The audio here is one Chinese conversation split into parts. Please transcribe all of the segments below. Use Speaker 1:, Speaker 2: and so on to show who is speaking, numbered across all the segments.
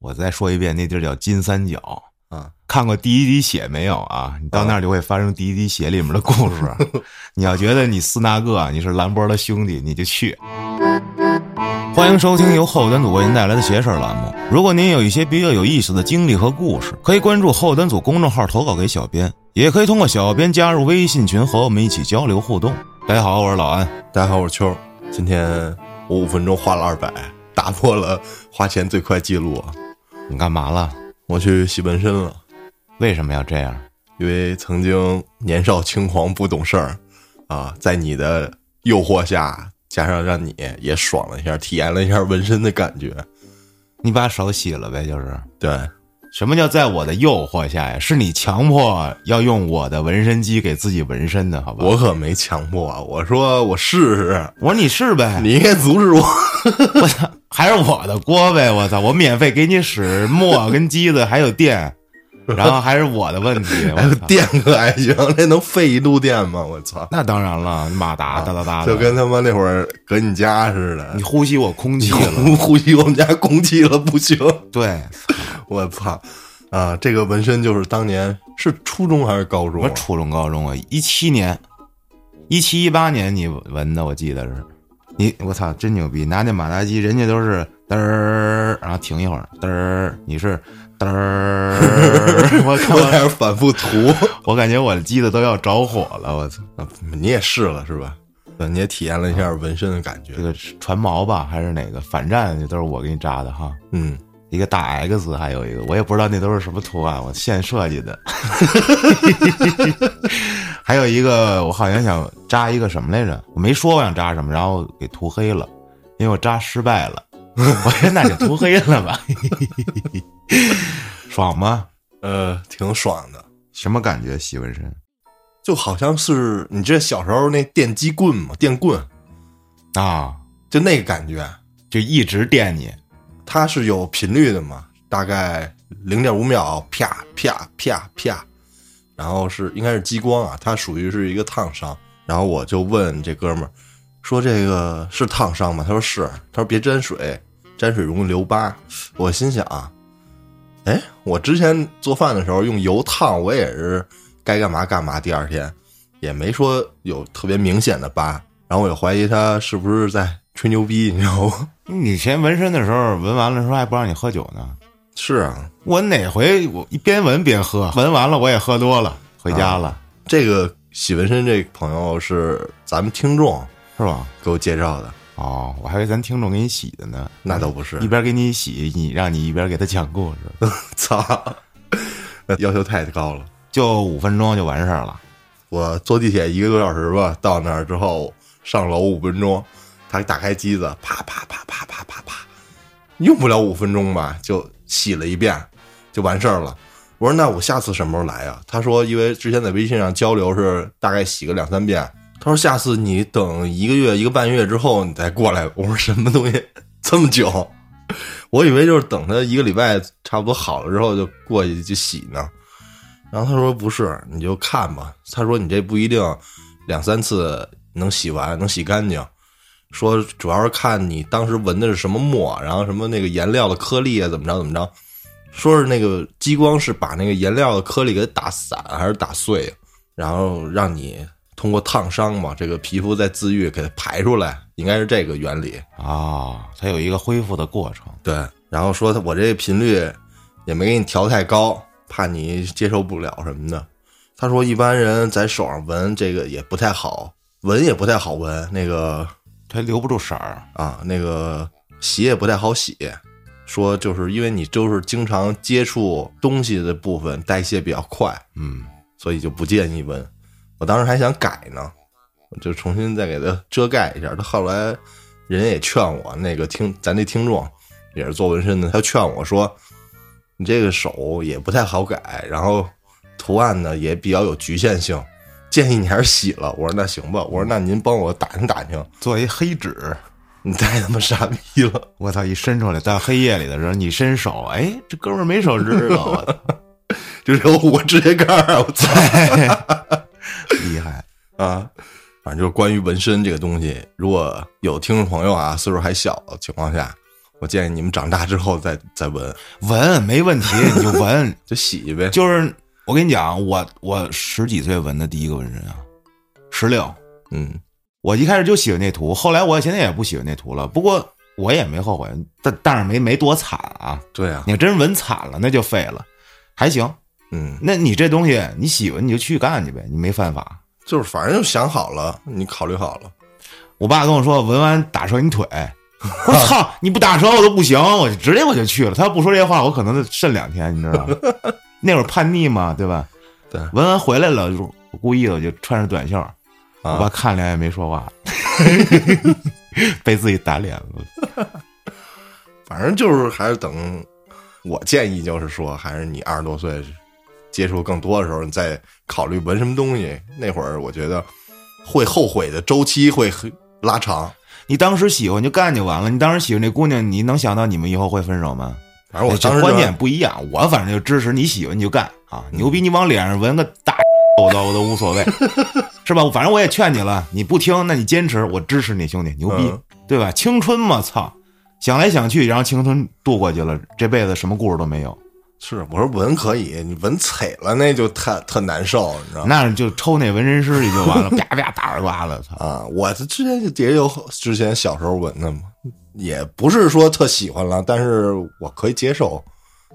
Speaker 1: 我再说一遍，那地儿叫金三角。
Speaker 2: 嗯，
Speaker 1: 看过《第一滴血》没有啊？你到那儿就会发生《第一滴血》里面的故事。你要觉得你斯那个啊你是兰博的兄弟，你就去。欢迎收听由后端组为您带来的“邪事儿”栏目。如果您有一些比较有意思的经历和故事，可以关注后端组公众号投稿给小编，也可以通过小编加入微信群和我们一起交流互动。大家好，我是老安。
Speaker 2: 大家好，我是秋儿。今天我五分钟花了二百，打破了花钱最快记录啊！
Speaker 1: 你干嘛了？
Speaker 2: 我去洗纹身了，
Speaker 1: 为什么要这样？
Speaker 2: 因为曾经年少轻狂不懂事儿啊，在你的诱惑下，加上让你也爽了一下，体验了一下纹身的感觉。
Speaker 1: 你把手洗了呗，就是。
Speaker 2: 对，
Speaker 1: 什么叫在我的诱惑下呀？是你强迫要用我的纹身机给自己纹身的，好吧？
Speaker 2: 我可没强迫啊，我说我试试，
Speaker 1: 我说你是呗，
Speaker 2: 你应该阻止我。
Speaker 1: 我操，还是我的锅呗！我操，我免费给你使墨跟机子还有 电，然后还是我的问题。
Speaker 2: 还有
Speaker 1: 我操，
Speaker 2: 电可还行，那能费一度电吗？我操！
Speaker 1: 那当然了，马达哒哒哒的，
Speaker 2: 就跟他妈那会儿搁你家似的
Speaker 1: 哎你，呼吸我空气了。
Speaker 2: 呼呼吸我们家空气了，不行！
Speaker 1: 对，
Speaker 2: 我操！啊，这个纹身就是当年是初中还是高中
Speaker 1: 我
Speaker 2: 啊？
Speaker 1: 初中高中啊，一七年、一七一八年你纹的，我记得是。你我操，真牛逼！拿那马达机，人家都是嘚儿，然后停一会儿，嘚儿，你是嘚儿。我
Speaker 2: 我
Speaker 1: 靠，
Speaker 2: 在这反复涂。
Speaker 1: 我感觉我的机子都要着火了，我操！
Speaker 2: 啊你也试了是吧？呃你也体验了一下纹身的感觉
Speaker 1: 这。个船锚吧，还是哪个反战，这都是我给你扎的哈。
Speaker 2: 嗯，
Speaker 1: 一个大 X，还有一个我也不知道那都是什么图案，我现设计的。 还有一个我好像想扎一个什么来着，我没说我想扎什么，然后给涂黑了，因为我扎失败了。 我说那就涂黑了吧， 爽吗？
Speaker 2: 呃，挺爽的，
Speaker 1: 什么感觉？洗纹身？
Speaker 2: 就好像是你这小时候那电击棍嘛，电棍，
Speaker 1: 啊，
Speaker 2: 就那个感觉。
Speaker 1: 就一直电你。
Speaker 2: 它是有频率的嘛，大概零点五秒，啪啪啪啪，然后是应该是激光啊，它属于是一个烫伤。然后我就问这哥们儿说：“这个是烫伤吗？”他说：“是。”他说：“别沾水，沾水容易留疤。”我心想啊，哎，我之前做饭的时候用油烫，我也是该干嘛干嘛，第二天也没说有特别明显的疤。然后我也怀疑他是不是在吹牛逼，你知道吗？
Speaker 1: 你以前纹身的时候，纹完了时候还不让你喝酒呢。
Speaker 2: 是啊，
Speaker 1: 我哪回我一边闻边喝，闻完了我也喝多了，回家了，
Speaker 2: 这个洗纹身这个朋友是咱们听众
Speaker 1: 是吧？
Speaker 2: 给我介绍的，
Speaker 1: 哦，我还以为咱听众给你洗的呢，
Speaker 2: 那倒不是
Speaker 1: 一。边给你洗，你让你一边给他讲故 事，
Speaker 2: 操，那要求太高了。
Speaker 1: 就五分钟就完事儿了。
Speaker 2: 我坐地铁一个多小时吧，到那儿之后上楼五分钟，他打开机子，啪啪啪啪啪啪啪，用不了五分钟吧，就洗了一遍，就完事儿了。我说那我下次什么时候来啊？他说因为之前在微信上交流是大概洗个两三遍，他说下次你等一个月一个半月之后你再过来。我说什么东西这么久？我以为就是等他一个礼拜差不多好了之后就过去就洗呢。然后他说不是，你就看吧。他说你这不一定两三次能洗完，能洗干净。说主要是看你当时闻的是什么墨，然后什么那个颜料的颗粒啊，怎么着怎么着。说是那个激光是把那个颜料的颗粒给打散还是打碎，然后让你通过烫伤嘛，这个皮肤在自愈给它排出来，应该是这个原理。
Speaker 1: 哦，它有一个恢复的过程。
Speaker 2: 对，然后说我这频率也没给你调太高，怕你接受不了什么的。他说一般人在手上纹这个也不太好，纹也不太好纹，那个
Speaker 1: 它留不住色儿，
Speaker 2: 啊那个洗也不太好洗。说就是因为你就是经常接触东西的部分代谢比较快，
Speaker 1: 嗯，
Speaker 2: 所以就不建议纹。我当时还想改呢，我就重新再给它遮盖一下。他后来人家也劝我，那个听咱那听众也是做纹身的，他劝我说，你这个手也不太好改，然后图案呢也比较有局限性，建议你还是洗了。我说那行吧，我说那您帮我打听打听，
Speaker 1: 做一黑纸。
Speaker 2: 你太他妈傻逼了。
Speaker 1: 我操！一伸出来，在黑夜里的时候，你伸手，哎，这哥们儿没手指 头，我操
Speaker 2: 就是我我指甲盖儿，我操！
Speaker 1: 厉害！
Speaker 2: 啊，反正就是关于纹身这个东西，如果有听众朋友啊岁数还小的情况下，我建议你们长大之后再再闻，
Speaker 1: 闻没问题，你就闻。
Speaker 2: 就洗呗。
Speaker 1: 就是我跟你讲，我我十几岁纹的第一个纹身啊，十六。
Speaker 2: 嗯，
Speaker 1: 我一开始就喜欢那图，后来我现在也不喜欢那图了。不过我也没后悔，但但是没没多惨啊。
Speaker 2: 对啊
Speaker 1: 你，要真纹惨了，那就废了。还行，
Speaker 2: 嗯，
Speaker 1: 那你这东西你喜欢你就去干去呗，你没犯法。
Speaker 2: 就是反正就想好了，你考虑好了，
Speaker 1: 我爸跟我说，纹完打折你腿。 我说操，你不打折我都不行，我就直接我就去了。他要不说这些话，我可能慎两天，你知道吗？ 那会儿叛逆嘛，对吧？
Speaker 2: 对
Speaker 1: 纹完回来了，我故意的我就穿着短袖，
Speaker 2: 啊
Speaker 1: 我爸看两眼没说话， 被自己打脸了。
Speaker 2: 反正就是还是等。我建议就是说，还是你二十多岁接触更多的时候，你再考虑纹什么东西。那会儿我觉得会后悔的周期会很拉长。
Speaker 1: 你当时喜欢就干就完了，你当时喜欢这姑娘，你能想到你们以后会分手吗？
Speaker 2: 反正我
Speaker 1: 哎这
Speaker 2: 当时就嗯
Speaker 1: 观点不一样，我反正就支持你喜欢你就干啊，牛逼你往脸上纹个大，我都我都无所 谓，是吧？反正我也劝你了，你不听，那你坚持，我支持你，兄弟，牛逼，
Speaker 2: 嗯
Speaker 1: 对吧？青春嘛，操，想来想去，然后青春度过去了，这辈子什么故事都没有，
Speaker 2: 是我说纹可以，你纹踩了那就太特难受，你知道吗？
Speaker 1: 那就抽那纹身师去就完 了，啪啪打耳刮子，操，
Speaker 2: 啊，我之前就也有之前小时候纹的嘛，也不是说特喜欢了，但是我可以接受。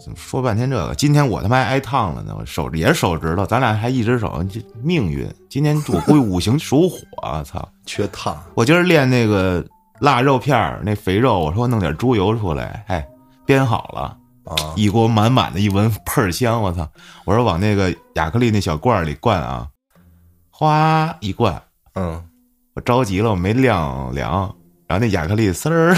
Speaker 1: 怎么说半天这个？今天我他妈还挨烫了呢，我手也是手指头，咱俩还一只手，这命运。今天我估计五行属火，操！
Speaker 2: 缺烫，
Speaker 1: 我今儿练那个腊肉片儿，那肥肉，我说弄点猪油出来，哎，煸好了，
Speaker 2: 啊，
Speaker 1: 一锅满满的一闻倍儿香，我操！我说往那个亚克力那小罐儿里灌啊，哗一灌，
Speaker 2: 嗯，
Speaker 1: 我着急了，我没晾凉，然后那亚克力丝儿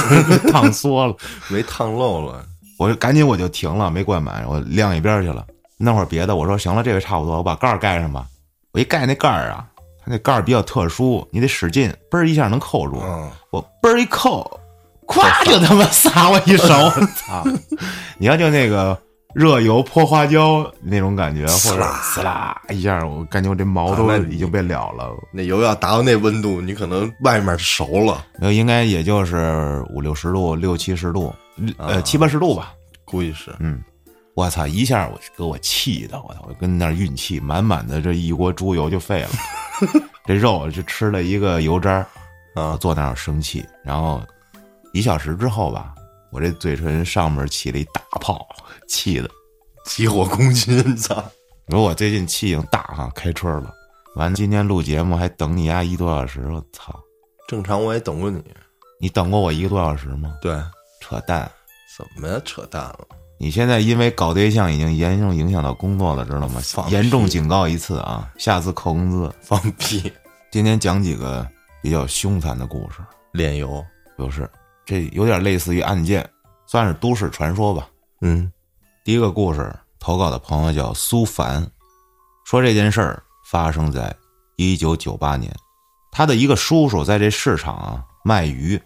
Speaker 1: 烫缩了，
Speaker 2: 没烫漏了，
Speaker 1: 我就赶紧我就停了，没灌满，我晾一边儿去了。弄会儿别的，我说行了，这个差不多，我把盖儿盖上吧。我一盖那盖儿啊，它那盖儿比较特殊，你得使劲，嘣儿一下能扣住。
Speaker 2: 嗯，
Speaker 1: 我嘣儿一扣，咵就他妈撒我一手，我操！你要就那个热油泼花椒那种感觉，或
Speaker 2: 呲
Speaker 1: 者
Speaker 2: 啦
Speaker 1: 呲啦一下，我感觉我这毛
Speaker 2: 啊
Speaker 1: 都
Speaker 2: 那你
Speaker 1: 已经被燎了。
Speaker 2: 那油要达到那温度，你可能外面熟了，
Speaker 1: 那应该也就是五六十度、六七十度，
Speaker 2: 啊
Speaker 1: 呃，七八十度吧。
Speaker 2: 估计是
Speaker 1: 嗯，我操！一下我给我气的，我操！我跟那儿运气满满的这一锅猪油就废了， 这肉就吃了一个油渣儿，我
Speaker 2: 啊，
Speaker 1: 坐那儿生气，然后一小时之后吧，我这嘴唇上面起了一大泡，气的。
Speaker 2: 急火攻心，操，
Speaker 1: 你说我最近气性大哈，开春了，完今天录节目还等你丫一多小时，我操！
Speaker 2: 正常我也等过你，
Speaker 1: 你等过我一个多小时吗？
Speaker 2: 对，
Speaker 1: 扯淡！
Speaker 2: 怎么呀，扯淡了，
Speaker 1: 你现在因为搞对象已经严重影响到工作了，知道吗
Speaker 2: 放？屁
Speaker 1: 严重警告一次啊，下次扣工资。
Speaker 2: 放屁，
Speaker 1: 今天讲几个比较凶残的故事，
Speaker 2: 炼油，
Speaker 1: 就是这有点类似于案件，算是都市传说吧。
Speaker 2: 嗯
Speaker 1: 第一个故事投稿的朋友叫苏凡，说这件事儿发生在一九九八年，他的一个叔叔在这市场啊卖鱼，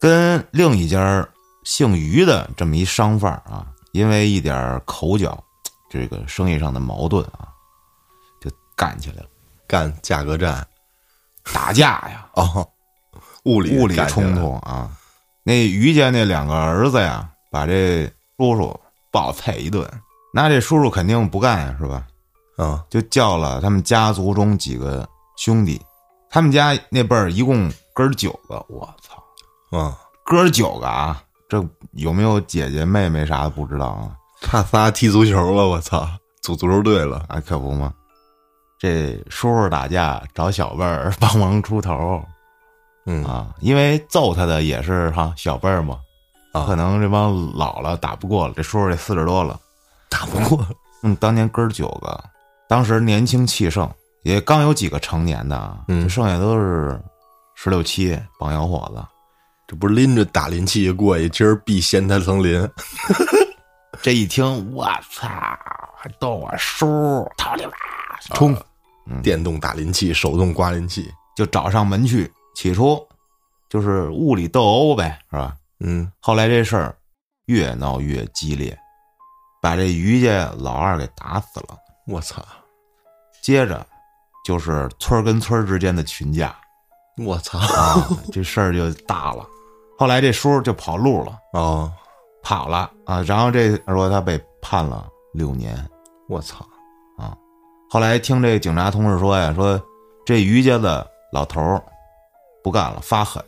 Speaker 1: 跟另一家姓于的这么一商贩儿啊，因为一点儿口角，这个生意上的矛盾啊，就干起来了，
Speaker 2: 干价格战，
Speaker 1: 打架呀。
Speaker 2: 哦，物理
Speaker 1: 物理
Speaker 2: 干起来
Speaker 1: 冲突啊。那于家那两个儿子呀，把这叔叔暴菜一顿，那这叔叔肯定不干呀，是吧？
Speaker 2: 啊，
Speaker 1: 就叫了他们家族中几个兄弟，他们家那辈儿一共哥儿九个，我操，
Speaker 2: 啊，
Speaker 1: 哥儿九个啊，这有没有姐姐妹妹啥的不知道啊？
Speaker 2: 他仨踢足球了，我操，组足球队了，
Speaker 1: 啊，可不吗？这叔叔打架找小辈儿 帮忙出头
Speaker 2: 嗯
Speaker 1: 啊，因为揍他的也是哈、小辈儿嘛，
Speaker 2: 啊
Speaker 1: 可能这帮老了打不过了，这叔叔这四十多了，
Speaker 2: 打不过，
Speaker 1: 嗯，当年哥儿九个，当时年轻气盛，也刚有几个成年的啊，
Speaker 2: 嗯
Speaker 1: 就剩下都是十六七帮小伙子。
Speaker 2: 这不是拎着打林器过去，今儿必掀他层林，
Speaker 1: 啊这一听，我操，还逗我叔，操你妈！冲，嗯
Speaker 2: 电动打林器，手动刮林器，
Speaker 1: 就找上门去。起初就是物理斗殴呗，是吧？
Speaker 2: 嗯，
Speaker 1: 后来这事儿越闹越激烈，把这于家老二给打死了。
Speaker 2: 我操，
Speaker 1: 接着就是村儿跟村儿之间的群架啊
Speaker 2: 我操，
Speaker 1: 啊，这事儿就大了。后来这叔就跑路了，
Speaker 2: 哦，
Speaker 1: 跑了啊，然后这说他被判了六年。
Speaker 2: 我操，
Speaker 1: 后来听这警察同志说呀，说这于家的老头儿不干了，发狠，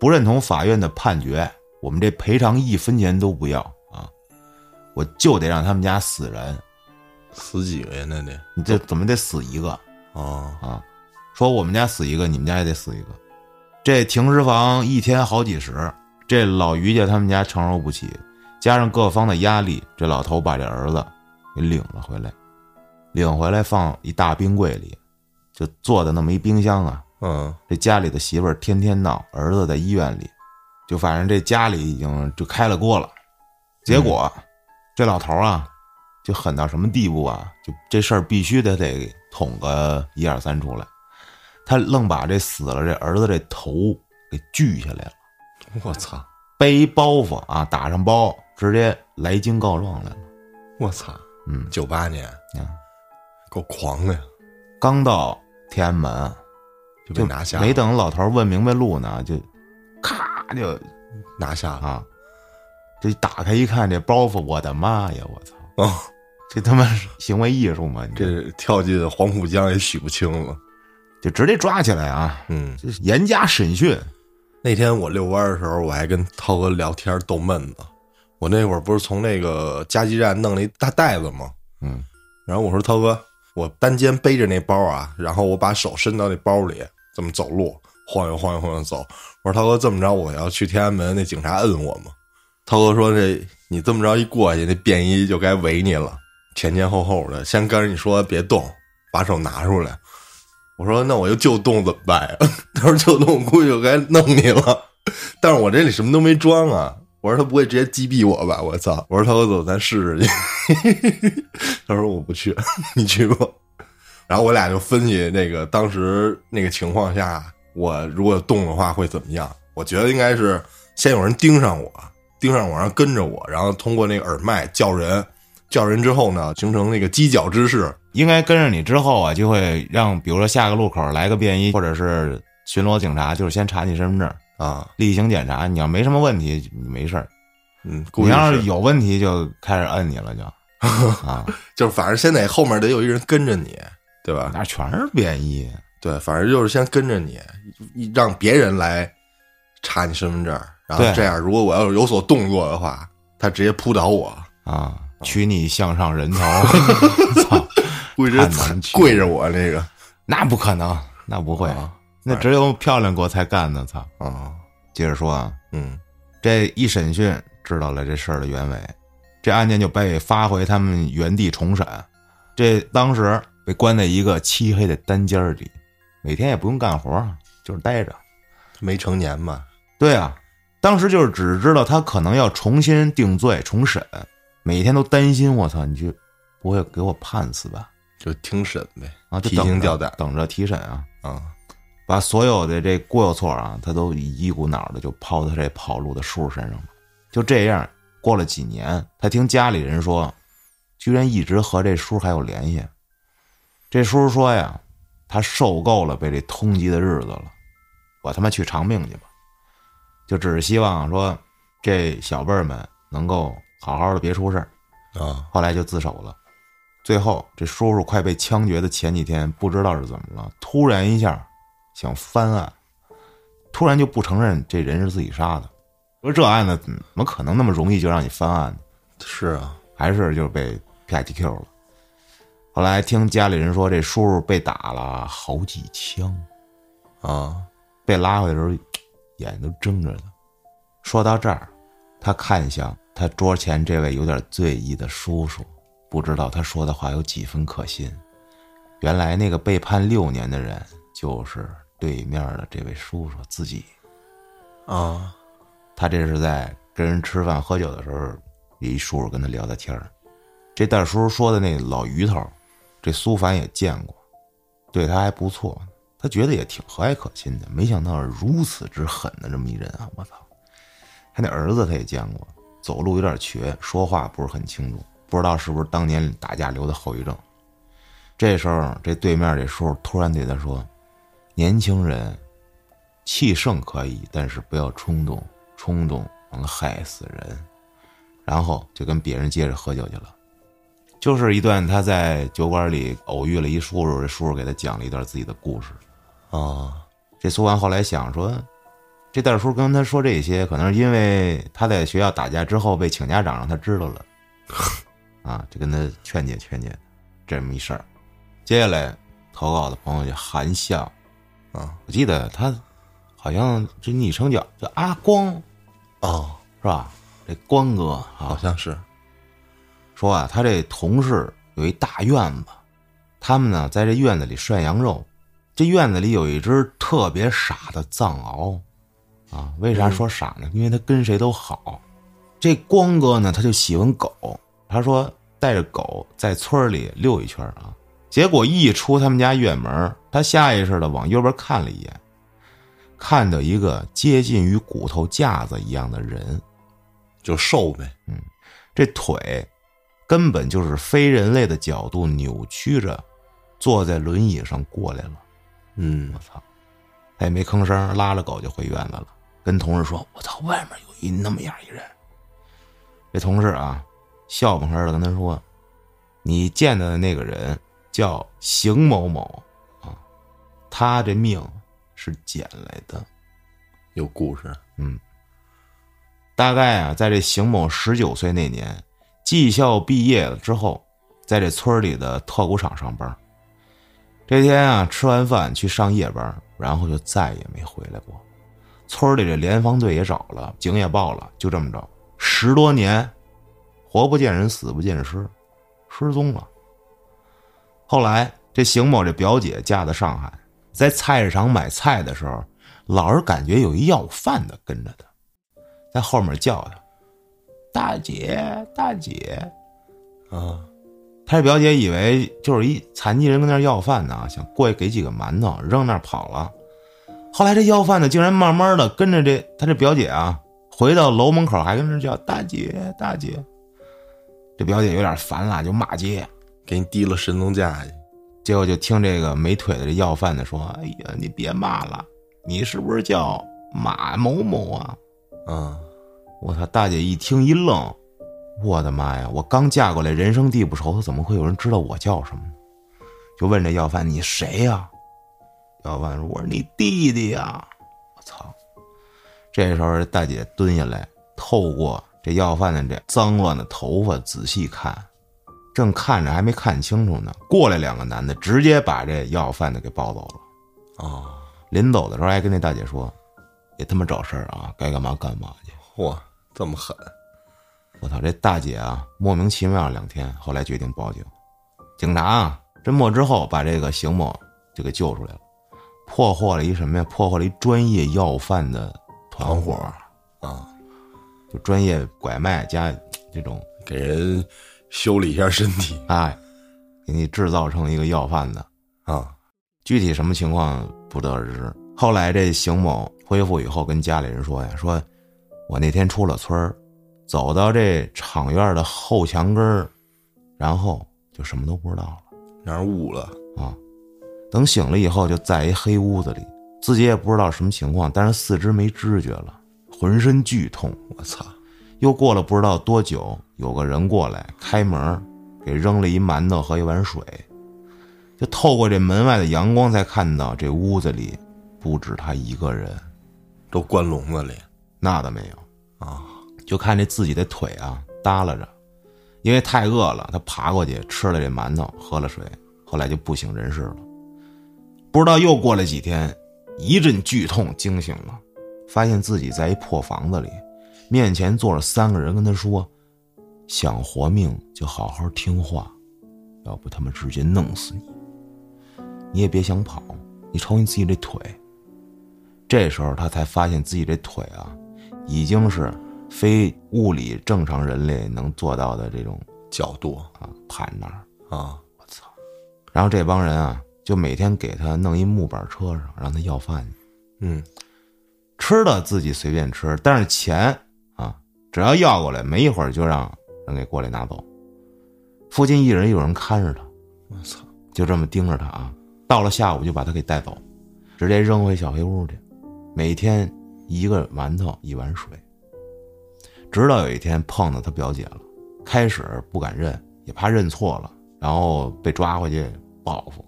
Speaker 1: 不认同法院的判决，我们这赔偿一分钱都不要啊，我就得让他们家死人，
Speaker 2: 死几个呀？那得
Speaker 1: 你这怎么得死一个？
Speaker 2: 哦，
Speaker 1: 啊，说我们家死一个，你们家也得死一个。这停尸房一天好几十，这老于家他们家承受不起，加上各方的压力，这老头把这儿子给领了回来，领回来放一大冰柜里，就坐在那么一冰箱啊。
Speaker 2: 嗯，
Speaker 1: 这家里的媳妇儿天天闹，儿子在医院里，就反正这家里已经就开了锅了。结果、这老头儿啊，就狠到什么地步啊？就这事儿必须得得捅个一二三出来。他愣把这死了这儿子这头给锯下来了，
Speaker 2: 我操，
Speaker 1: 背一包袱啊，打上包，直接来京告状来了。
Speaker 2: 我操，
Speaker 1: 嗯，
Speaker 2: 九八年
Speaker 1: 嗯，
Speaker 2: 够狂的呀，
Speaker 1: 刚到天安门，
Speaker 2: 就被
Speaker 1: 就
Speaker 2: 拿下了，
Speaker 1: 没等老头儿问明白路呢，就咔就
Speaker 2: 拿下了，
Speaker 1: 啊，这打开一看这包袱，我的妈呀！我操，
Speaker 2: 哦，
Speaker 1: 这他妈是行为艺术吗？你
Speaker 2: 这跳进黄浦江也洗不清了。
Speaker 1: 就直接抓起来啊！
Speaker 2: 嗯，
Speaker 1: 这是严加审讯，
Speaker 2: 那天我遛弯儿的时候，我还跟涛哥聊天逗闷子。我那会儿不是从那个加急站弄了一大袋子吗？
Speaker 1: 嗯，
Speaker 2: 然后我说涛哥，我单肩背着那包啊，然后我把手伸到那包里，这么走路，晃悠晃悠晃悠走。我说涛哥，这么着我要去天安门，那警察摁我吗？涛哥说这你这么着一过去，那便衣就该围你了，前前后后的，先跟着你说别动，把手拿出来。我说那我就就动怎么办呀？他说就动，估计就该弄你了。但是我这里什么都没装啊。我说他不会直接击毙我吧？我操！我说涛哥走，咱试试去。他说我不去， 你去吧。然后我俩就分析那个当时那个情况下，我如果动的话会怎么样？我觉得应该是先有人盯上我，盯上我，然后跟着我，然后通过那个耳麦叫人，叫人之后呢，形成那个犄角之势。
Speaker 1: 应该跟着你之后啊，就会让比如说下个路口来个便衣，或者是巡逻警察，就是先查你身份证，
Speaker 2: 啊，
Speaker 1: 例行检查。你要没什么问题，你没事儿；
Speaker 2: 嗯，估
Speaker 1: 你
Speaker 2: 计
Speaker 1: 要
Speaker 2: 是
Speaker 1: 是有问题，就开始摁你了就，啊，
Speaker 2: 就是反正先得后面得有一人跟着你，对吧？
Speaker 1: 那全是便衣。
Speaker 2: 对，反正就是先跟着你，一让别人来查你身份证，然后
Speaker 1: 对
Speaker 2: 这样，如果我要有所动作的话，他直接扑倒我，
Speaker 1: 啊！取你向上人头，操！
Speaker 2: 估计直接踩跪着我那个
Speaker 1: 那不可能，那不会，
Speaker 2: 啊
Speaker 1: 那只有漂亮国才干呢！操！
Speaker 2: 啊，
Speaker 1: 接着说啊，
Speaker 2: 嗯，
Speaker 1: 这一审讯知道了这事儿的原委，这案件就被发回他们原地重审。这当时被关在一个漆黑的单间儿里，每天也不用干活啊，就是待着。
Speaker 2: 没成年嘛，
Speaker 1: 对啊，当时就是只知道他可能要重新定罪重审，每天都担心我操，你去不会给我判死吧？
Speaker 2: 就听审呗
Speaker 1: 啊，就
Speaker 2: 提
Speaker 1: 等
Speaker 2: 心
Speaker 1: 着
Speaker 2: 吊胆
Speaker 1: 等着提审啊。
Speaker 2: 啊，
Speaker 1: 把所有的这过错啊，他都一股脑的就抛到这跑路的叔身上了。就这样，过了几年，他听家里人说，居然一直和这叔还有联系。这叔说呀，他受够了被这通缉的日子了，我他妈去偿命去吧！就只是希望说这小辈儿们能够好好的，别出事儿。
Speaker 2: 啊，
Speaker 1: 后来就自首了。最后，这叔叔快被枪决的前几天，不知道是怎么了，突然一下想翻案，突然就不承认这人是自己杀的。说这案子怎么可能那么容易就让你翻案呢？
Speaker 2: 是啊，
Speaker 1: 还是就被啪 DQ 了。后来听家里人说，这叔叔被打了好几枪，
Speaker 2: 啊，
Speaker 1: 被拉回来的时候，眼都睁着呢。说到这儿，他看向他桌前这位有点醉意的叔叔，不知道他说的话有几分可信。原来那个被判六年的人，就是对面的这位叔叔自己。
Speaker 2: 啊，
Speaker 1: 他这是在跟人吃饭喝酒的时候，一叔叔跟他聊的天儿。这大叔说的那老于头，这苏凡也见过，对他还不错，他觉得也挺和蔼可亲的。没想到是如此之狠的这么一人啊！我操，他那儿子他也见过，走路有点瘸，说话不是很清楚，不知道是不是当年打架留的后遗症。这时候，这对面这叔叔突然对他说：“年轻人，气盛可以，但是不要冲动，冲动能害死人。然后就跟别人接着喝酒去了。就是一段他在酒馆里偶遇了一叔叔，这叔叔给他讲了一段自己的故事。
Speaker 2: 啊，
Speaker 1: 这苏完后来想说，这戴叔跟他说这些，可能是因为他在学校打架之后被请家长让他知道了，啊，就跟他劝解劝解，这么一事儿。接下来投稿的朋友叫韩笑，
Speaker 2: 啊，
Speaker 1: 我记得他好像这昵称叫叫阿光
Speaker 2: 哦，
Speaker 1: 是吧？这光哥
Speaker 2: 好
Speaker 1: 啊，
Speaker 2: 像是，
Speaker 1: 说啊，他这同事有一大院子，他们呢在这院子里涮羊肉。这院子里有一只特别傻的藏獒，啊，为啥说傻呢？因为它跟谁都好。这光哥呢，他就喜欢狗，他说带着狗在村儿里溜一圈儿啊。结果一出他们家院门儿，他下意识的往右边看了一眼，看到一个接近于骨头架子一样的人，
Speaker 2: 就瘦呗，
Speaker 1: 这腿根本就是非人类的角度扭曲着，坐在轮椅上过来了。
Speaker 2: 嗯
Speaker 1: 我，操！他也没吭声，拉着狗就回院子了，跟同事说：“我操，外面有一那么样一人。”这同事啊，笑呵呵的跟他说：“你见到的那个人叫邢某某啊，他这命是捡来的。”
Speaker 2: 有故事，
Speaker 1: 大概啊，在这邢某十九岁那年，技校毕业了之后，在这村里的特谷场上班。这天啊，吃完饭去上夜班，然后就再也没回来过。村里这联防队也找了，警也报了，就这么着，十多年，活不见人，死不见尸，失踪了。后来，这邢某这表姐嫁到上海，在菜市场买菜的时候，老是感觉有一要饭的跟着她。在后面叫她：“大姐，大姐。
Speaker 2: 啊，”
Speaker 1: 他这表姐以为就是一残疾人跟那儿要饭呢，啊想过去给几个馒头扔那儿跑了。后来这要饭的竟然慢慢的跟着这他这表姐啊，回到楼门口还跟着叫大姐大姐。这表姐有点烦了，就骂街。
Speaker 2: 给你提了神农架去，
Speaker 1: 结果就听这个没腿的这要饭的说：“哎呀，你别骂了，你是不是叫马某某啊？”
Speaker 2: 啊，
Speaker 1: 我操！大姐一听一愣，我的妈呀！我刚嫁过来，人生地不熟，怎么会有人知道我叫什么呢？就问这要饭：“你谁呀、要饭说：“我是你弟弟呀、我操！这时候，这大姐蹲下来，透过这要饭的这脏乱的头发仔细看，正看着还没看清楚呢，过来两个男的，直接把这要饭的给抱走了。
Speaker 2: 啊，
Speaker 1: 临走的时候还跟那大姐说：“别他妈找事儿啊，该干嘛干嘛去。”
Speaker 2: 嚯，这么狠，
Speaker 1: 我操，这大姐啊，莫名其妙两天，后来决定报警。警察啊，侦破之后，把这个邢某就给救出来了，破获了一什么呀？破获了一专业要饭的团伙，
Speaker 2: 啊，
Speaker 1: 就专业拐卖加这种，
Speaker 2: 给人修理一下身体
Speaker 1: 哎，给你制造成一个要饭的。
Speaker 2: 啊，
Speaker 1: 具体什么情况不得而知。后来这邢某恢复以后，跟家里人说呀，说我那天出了村儿，走到这厂院的后墙根儿，然后就什么都不知道了。
Speaker 2: 哪儿捂了，
Speaker 1: 啊。等醒了以后，就在一黑屋子里，自己也不知道什么情况，但是四肢没知觉了，浑身剧痛。
Speaker 2: 我操，
Speaker 1: 又过了不知道多久，有个人过来开门，给扔了一馒头和一碗水。就透过这门外的阳光，才看到这屋子里不止他一个人，
Speaker 2: 都关笼子里
Speaker 1: 那倒没有。
Speaker 2: 啊，
Speaker 1: 就看这自己的腿啊耷拉着，因为太饿了，他爬过去吃了这馒头，喝了水，后来就不省人事了。不知道又过了几天，一阵剧痛惊醒了，发现自己在一破房子里，面前坐着三个人，跟他说：“想活命就好好听话，要不他们直接弄死你。你也别想跑，你瞅你自己这腿。”这时候他才发现自己这腿啊，已经是非物理正常人类能做到的这种
Speaker 2: 角度
Speaker 1: 啊盘那儿。
Speaker 2: 啊，
Speaker 1: 然后这帮人啊，就每天给他弄一木板车上，让他要饭去，
Speaker 2: 嗯，
Speaker 1: 吃的自己随便吃，但是钱啊，只要要过来，没一会儿就让人给过来拿走。附近一人有人看着他，
Speaker 2: 我操，
Speaker 1: 就这么盯着他啊。到了下午就把他给带走，直接扔回小黑屋去，每天一个馒头一碗水。直到有一天碰到他表姐了，开始不敢认，也怕认错了，然后被抓回去报复。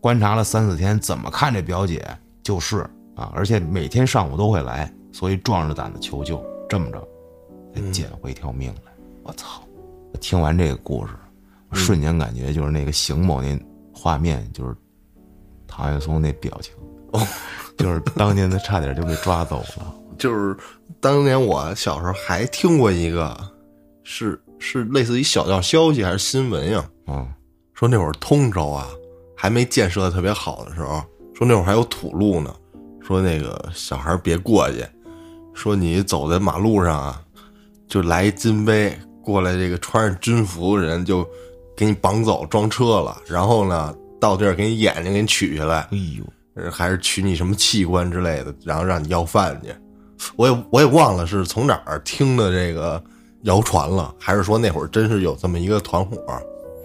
Speaker 1: 观察了三四天，怎么看这表姐就是啊，而且每天上午都会来，所以壮着胆子求救，这么着给捡回一条命来。我操！我听完这个故事，我瞬间感觉就是那个邢某那画面，就是唐岳松那表情， 就是当年他差点就被抓走 了。
Speaker 2: 就是当年我小时候还听过一个，是是类似于小道消息还是新闻呀？
Speaker 1: 嗯
Speaker 2: 说那会儿通州啊还没建设的特别好的时候，说那会儿还有土路呢，说那个小孩儿别过去，说你走在马路上啊，就来一金杯过来，这个穿着军服的人就给你绑走装车了，然后呢到地儿给你眼睛给你取下来，
Speaker 1: 哎呦，
Speaker 2: 呃还是取你什么器官之类的，然后让你要饭去。我也我也忘了是从哪儿听的这个谣传了，还是说那会儿真是有这么一个团伙？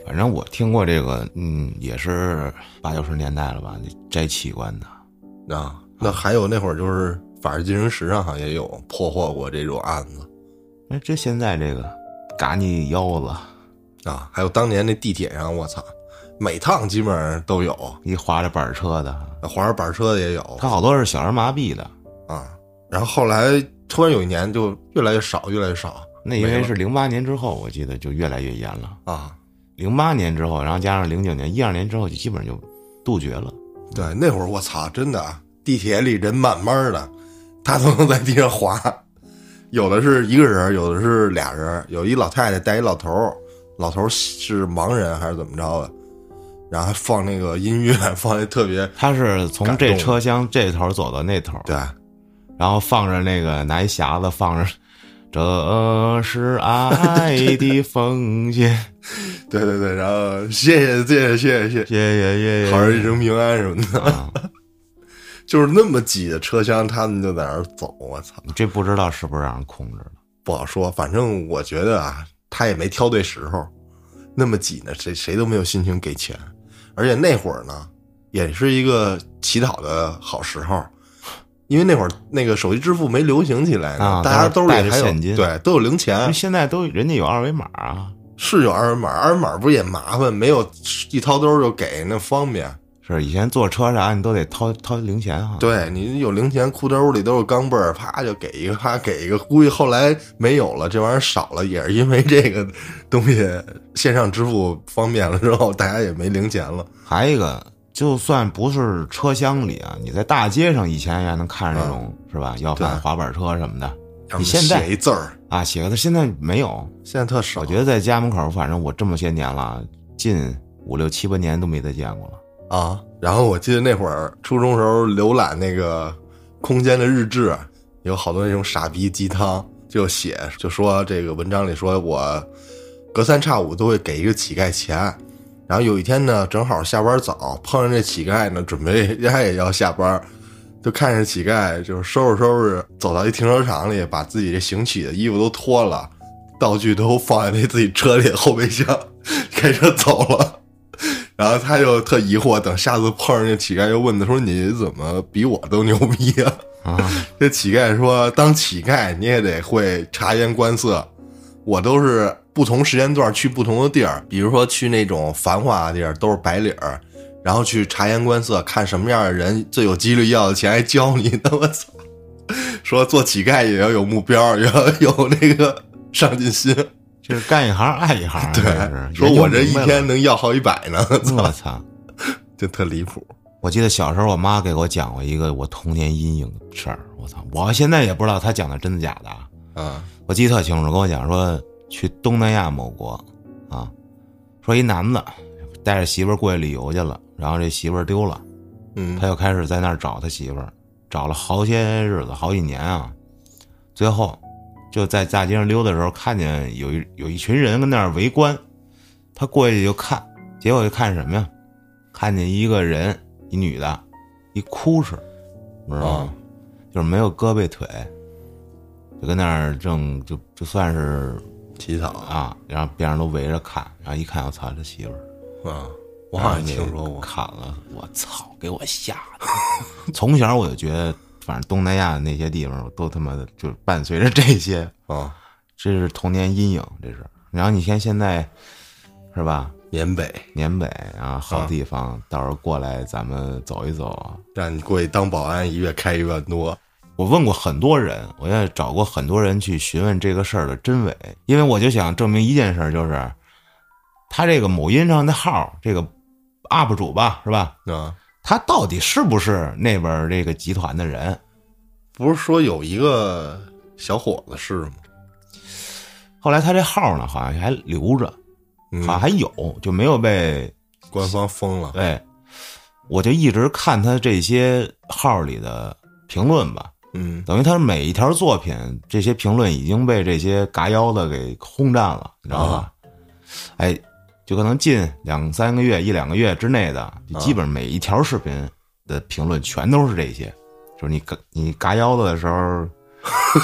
Speaker 1: 反正我听过这个，嗯，也是八九十年代了吧，摘器官的。
Speaker 2: 啊，那还有那会儿就是《法制进行时》上好像也有破获过这种案子
Speaker 1: 那哎这现在这个嘎你腰子
Speaker 2: 啊，还有当年那地铁上，我操，每趟基本上都有，
Speaker 1: 一滑着板车的，
Speaker 2: 滑着板车的也有
Speaker 1: 他好多是小儿麻痹的。
Speaker 2: 啊。然后后来突然有一年就越来越少，越来越少
Speaker 1: 那因为
Speaker 2: 没了
Speaker 1: 是零八年之后，我记得就越来越严了。
Speaker 2: 啊。
Speaker 1: 零八年之后，然后加上零九年、一二年之后，就基本上就杜绝了。
Speaker 2: 对，那会儿我操，真的啊，地铁里人慢慢的，他都能在地上滑，有的是一个人，有的是俩人，有一老太太带一老头儿，老头儿是盲人还是怎么着的，然后还放那个音乐， 放那特别
Speaker 1: 他是从
Speaker 2: 感动
Speaker 1: 这
Speaker 2: 了
Speaker 1: 车厢这头走到那头，
Speaker 2: 对，
Speaker 1: 然后放着那个拿一匣子放着，这是爱的风景，
Speaker 2: 对对对，然后谢谢谢谢谢谢
Speaker 1: 谢
Speaker 2: 谢
Speaker 1: 谢谢
Speaker 2: 谢，
Speaker 1: 谢。
Speaker 2: 好人一生平安什么的，
Speaker 1: 啊
Speaker 2: 就是那么挤的车厢，他们就在那儿走，我操，
Speaker 1: 你这不知道是不是让人控制了？
Speaker 2: 不好说，反正我觉得啊，他也没挑对时候，那么挤呢，谁谁都没有心情给钱，而且那会儿呢，也是一个乞讨的好时候，因为那会儿那个手机支付没流行起来呢，
Speaker 1: 啊
Speaker 2: 大家兜里
Speaker 1: 带着
Speaker 2: 还有
Speaker 1: 现金哎
Speaker 2: 对都有零
Speaker 1: 因
Speaker 2: 钱
Speaker 1: 为，现在都人家有二维码啊，
Speaker 2: 是有二维码，二维码不是也麻烦，没有一掏兜就给那方便，
Speaker 1: 是以前坐车啊啥你都得掏掏零钱啊。
Speaker 2: 对你有零钱，裤兜里都是钢镚儿，啪就给一个，啪给一个。估计后来没有了，这玩意儿少了，也是因为这个东西线上支付方便了之后，大家也没零钱了。
Speaker 1: 还有一个，就算不是车厢里啊，你在大街上以前也能看着这种、是吧？要饭
Speaker 2: 对
Speaker 1: 滑板车什么的
Speaker 2: 要么
Speaker 1: 现在
Speaker 2: 写一字儿，
Speaker 1: 啊，写个字现在没有。
Speaker 2: 现在特少。
Speaker 1: 我觉得在家门口，反正我这么些年了，近五六七八年都没再见过了。
Speaker 2: 得啊，然后我记得那会儿初中时候浏览那个空间的日志，有好多那种傻逼鸡汤，就写就说这个文章里说我隔三差五都会给一个乞丐钱。然后有一天呢，正好下班早，碰上这乞丐呢，准备人家也要下班，就看见乞丐就是收拾收拾，走到一停车场里，把自己这行乞的衣服都脱了，道具都放在那自己车里后备箱， 开车走了。然后他就特疑惑，等下次碰上这乞丐，又问他说：“你怎么比我都牛逼啊？”
Speaker 1: 啊，
Speaker 2: 这乞丐说：“当乞丐你也得会察言观色，我都是不同时间段去不同的地儿，比如说去那种繁华的地儿都是白领儿，然后去察言观色，看什么样的人最有几率要的钱，还教你。他我操！ 说做乞丐也要有目标，也要有那个上进心。
Speaker 1: 就是干一行爱一行啊，
Speaker 2: 对
Speaker 1: 这是，
Speaker 2: 说我这一天
Speaker 1: 能，
Speaker 2: 能要好几百呢，
Speaker 1: 我操！
Speaker 2: 就特离谱。
Speaker 1: 我记得小时候，我妈给我讲过一个我童年阴影的事儿，我操！我现在也不知道她讲的真的假的啊。
Speaker 2: 啊
Speaker 1: 我记得特清楚，跟我讲说去东南亚某国啊，说一男的带着媳妇儿过去旅游去了，然后这媳妇儿丢了，
Speaker 2: 嗯
Speaker 1: 他就开始在那儿找他媳妇儿，找了好些日子，好几年啊，最后就在大街上溜达的时候，看见有一有一群人跟那儿围观，他过去就看，结果就看什么呀？看见一个人，一女的，一哭哧，你知道吗？
Speaker 2: 啊
Speaker 1: 就是没有胳膊腿，就跟那儿正就就算是
Speaker 2: 乞讨啊
Speaker 1: 啊，然后边上都围着看，然后一看，我操，这媳妇儿，
Speaker 2: 啊，我好像听说
Speaker 1: 我
Speaker 2: 过。
Speaker 1: 砍了，我操，给我吓的。从小我就觉得反正东南亚的那些地方，我都他妈的就伴随着这些，
Speaker 2: 啊，
Speaker 1: 这是童年阴影，这是。然后你看现在，是吧？
Speaker 2: 缅北
Speaker 1: 缅北啊，好
Speaker 2: 啊
Speaker 1: 地方，到时候过来咱们走一走。
Speaker 2: 让你过去当保安，一月开一万多，
Speaker 1: 我问过很多人，我也找过很多人去询问这个事儿的真伪，因为我就想证明一件事儿，就是他这个某音上的号，这个 UP 主吧，是吧？
Speaker 2: 啊，
Speaker 1: 他到底是不是那边儿这个集团的人？
Speaker 2: 不是说有一个小伙子是吗？
Speaker 1: 后来他这号呢，好像还留着，
Speaker 2: 嗯
Speaker 1: 好像还有，就没有被
Speaker 2: 官方封了，
Speaker 1: 对。我就一直看他这些号里的评论吧，
Speaker 2: 嗯
Speaker 1: 等于他每一条作品，这些评论已经被这些嘎腰的给轰占了，你知道吧？哎，就可能近两三个月、一两个月之内的，就基本上每一条视频的评论全都是这些，就是你嘎你嘎腰子的时候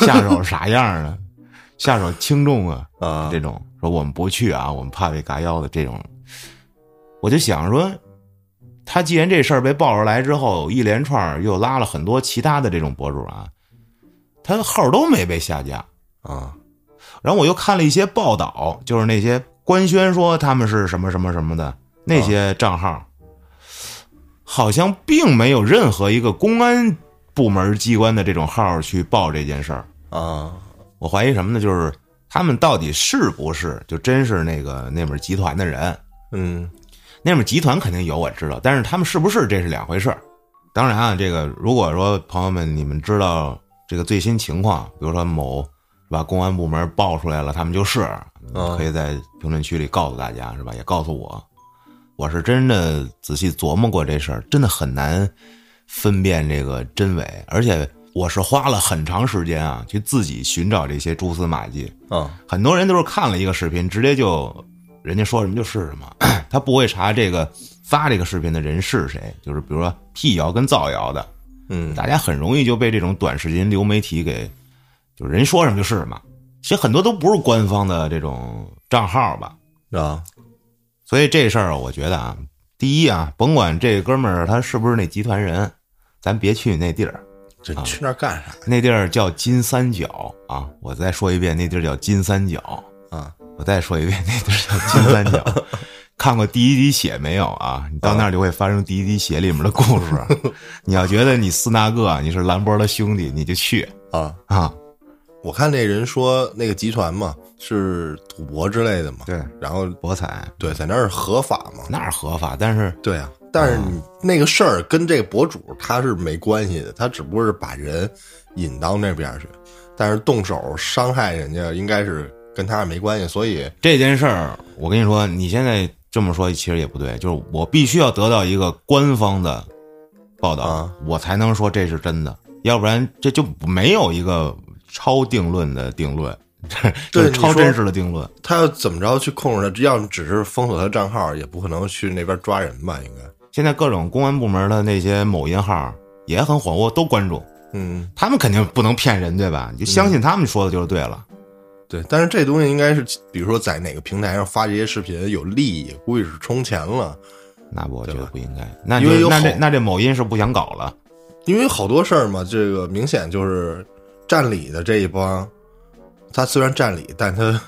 Speaker 1: 下手是啥样儿的，下手轻重啊，
Speaker 2: 啊
Speaker 1: 这，种说我们不去啊，我们怕被嘎腰的这种，我就想说，他既然这事儿被爆出来之后，一连串儿又拉了很多其他的这种博主啊，他的号都没被下架。
Speaker 2: 啊，
Speaker 1: 然后我又看了一些报道，就是那些官宣说他们是什么什么什么的那些账号，好像并没有任何一个公安部门机关的这种号去报这件事儿。
Speaker 2: 啊，
Speaker 1: 我怀疑什么呢？就是他们到底是不是就真是那个那边集团的人？
Speaker 2: 嗯
Speaker 1: 那边集团肯定有，我知道，但是他们是不是这是两回事儿。当然啊，这个如果说朋友们你们知道这个最新情况，比如说某是吧公安部门爆出来了，他们就是，你
Speaker 2: 嗯
Speaker 1: 可以在评论区里告诉大家是吧？也告诉我，我是真的仔细琢磨过这事儿，真的很难分辨这个真伪，而且我是花了很长时间啊去自己寻找这些蛛丝马迹。
Speaker 2: 啊，
Speaker 1: 很多人都是看了一个视频，直接就人家说什么就是什么， 他不会查这个发这个视频的人是谁，就是比如说辟谣跟造谣的，
Speaker 2: 嗯
Speaker 1: 大家很容易就被这种短视频流媒体给，就是人说什么就是什么，其实很多都不是官方的这种账号吧，
Speaker 2: 啊，
Speaker 1: 所以这事儿我觉得啊，第一啊，甭管这哥们儿他是不是那集团人，咱别去那地儿，
Speaker 2: 这你去那儿干啥
Speaker 1: 那地儿叫金三角啊，我再说一遍，那地儿叫金三角。
Speaker 2: 啊？
Speaker 1: 我再说一遍，那地儿叫金三 角。看过《第一滴血》没有啊？你到那儿就会发生《第一滴血》里面的故
Speaker 2: 嗯
Speaker 1: 事。 你要觉得你斯那个你是兰博的兄弟，你就去
Speaker 2: 啊，
Speaker 1: 啊。
Speaker 2: 我看那人说那个集团嘛是赌博之类的嘛，
Speaker 1: 对，
Speaker 2: 然后
Speaker 1: 博彩
Speaker 2: 对，在那儿合法嘛，
Speaker 1: 那儿合法，但是
Speaker 2: 对啊，但是你那个事儿跟这个博主他是没关系的，他只不过是把人引到那边去，但是动手伤害人家应该是跟他没关系，所以
Speaker 1: 这件事儿，我跟你说，你现在这么说其实也不对，就是我必须要得到一个官方的报道，
Speaker 2: 啊
Speaker 1: 我才能说这是真的，要不然这就没有一个超定论的定论， 这
Speaker 2: 对
Speaker 1: 是
Speaker 2: 你
Speaker 1: 超
Speaker 2: 说
Speaker 1: 真实的定论。
Speaker 2: 他要怎么着去控制他，要么只是封锁他账号，也不可能去那边抓人吧？应该，
Speaker 1: 现在各种公安部门的那些某音号也很火，我都关注，
Speaker 2: 嗯，
Speaker 1: 他们肯定不能骗人，对吧？你就相信他们说的就是对了。
Speaker 2: 对，但是这东西应该是，比如说在哪个平台上发这些视频有利益，估计是充钱了，
Speaker 1: 那我觉
Speaker 2: 对
Speaker 1: 得
Speaker 2: 吧
Speaker 1: 不应该，那
Speaker 2: 因为
Speaker 1: 就
Speaker 2: 有
Speaker 1: 那这
Speaker 2: 好
Speaker 1: 那这某音是不想搞了，
Speaker 2: 因为好多事儿嘛，这个明显就是占理的这一帮，他虽然占理，但他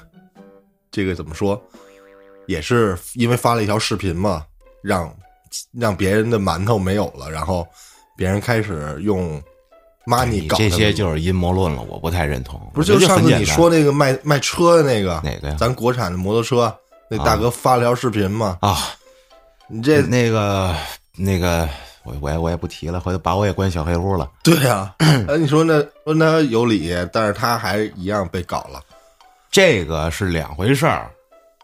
Speaker 2: 这个怎么说，也是因为发了一条视频嘛，让让别人的馒头没有了，然后别人开始用 money
Speaker 1: 哎你
Speaker 2: 搞他
Speaker 1: 这
Speaker 2: 们
Speaker 1: 些就是阴谋论了，我不太认同。
Speaker 2: 不是
Speaker 1: 我
Speaker 2: 就
Speaker 1: 觉
Speaker 2: 是
Speaker 1: 得
Speaker 2: 上
Speaker 1: 很
Speaker 2: 次
Speaker 1: 简
Speaker 2: 你
Speaker 1: 单
Speaker 2: 说那个卖卖车的那个，
Speaker 1: 哪个呀？
Speaker 2: 咱国产的摩托车那大哥发了条视频嘛，
Speaker 1: 啊，
Speaker 2: 你这
Speaker 1: 那个那个，我我也我也不提了，回头把我也关小黑屋了。
Speaker 2: 对呀、啊，哎，你说那说他有理，但是他还一样被搞了。
Speaker 1: 这个是两回事儿，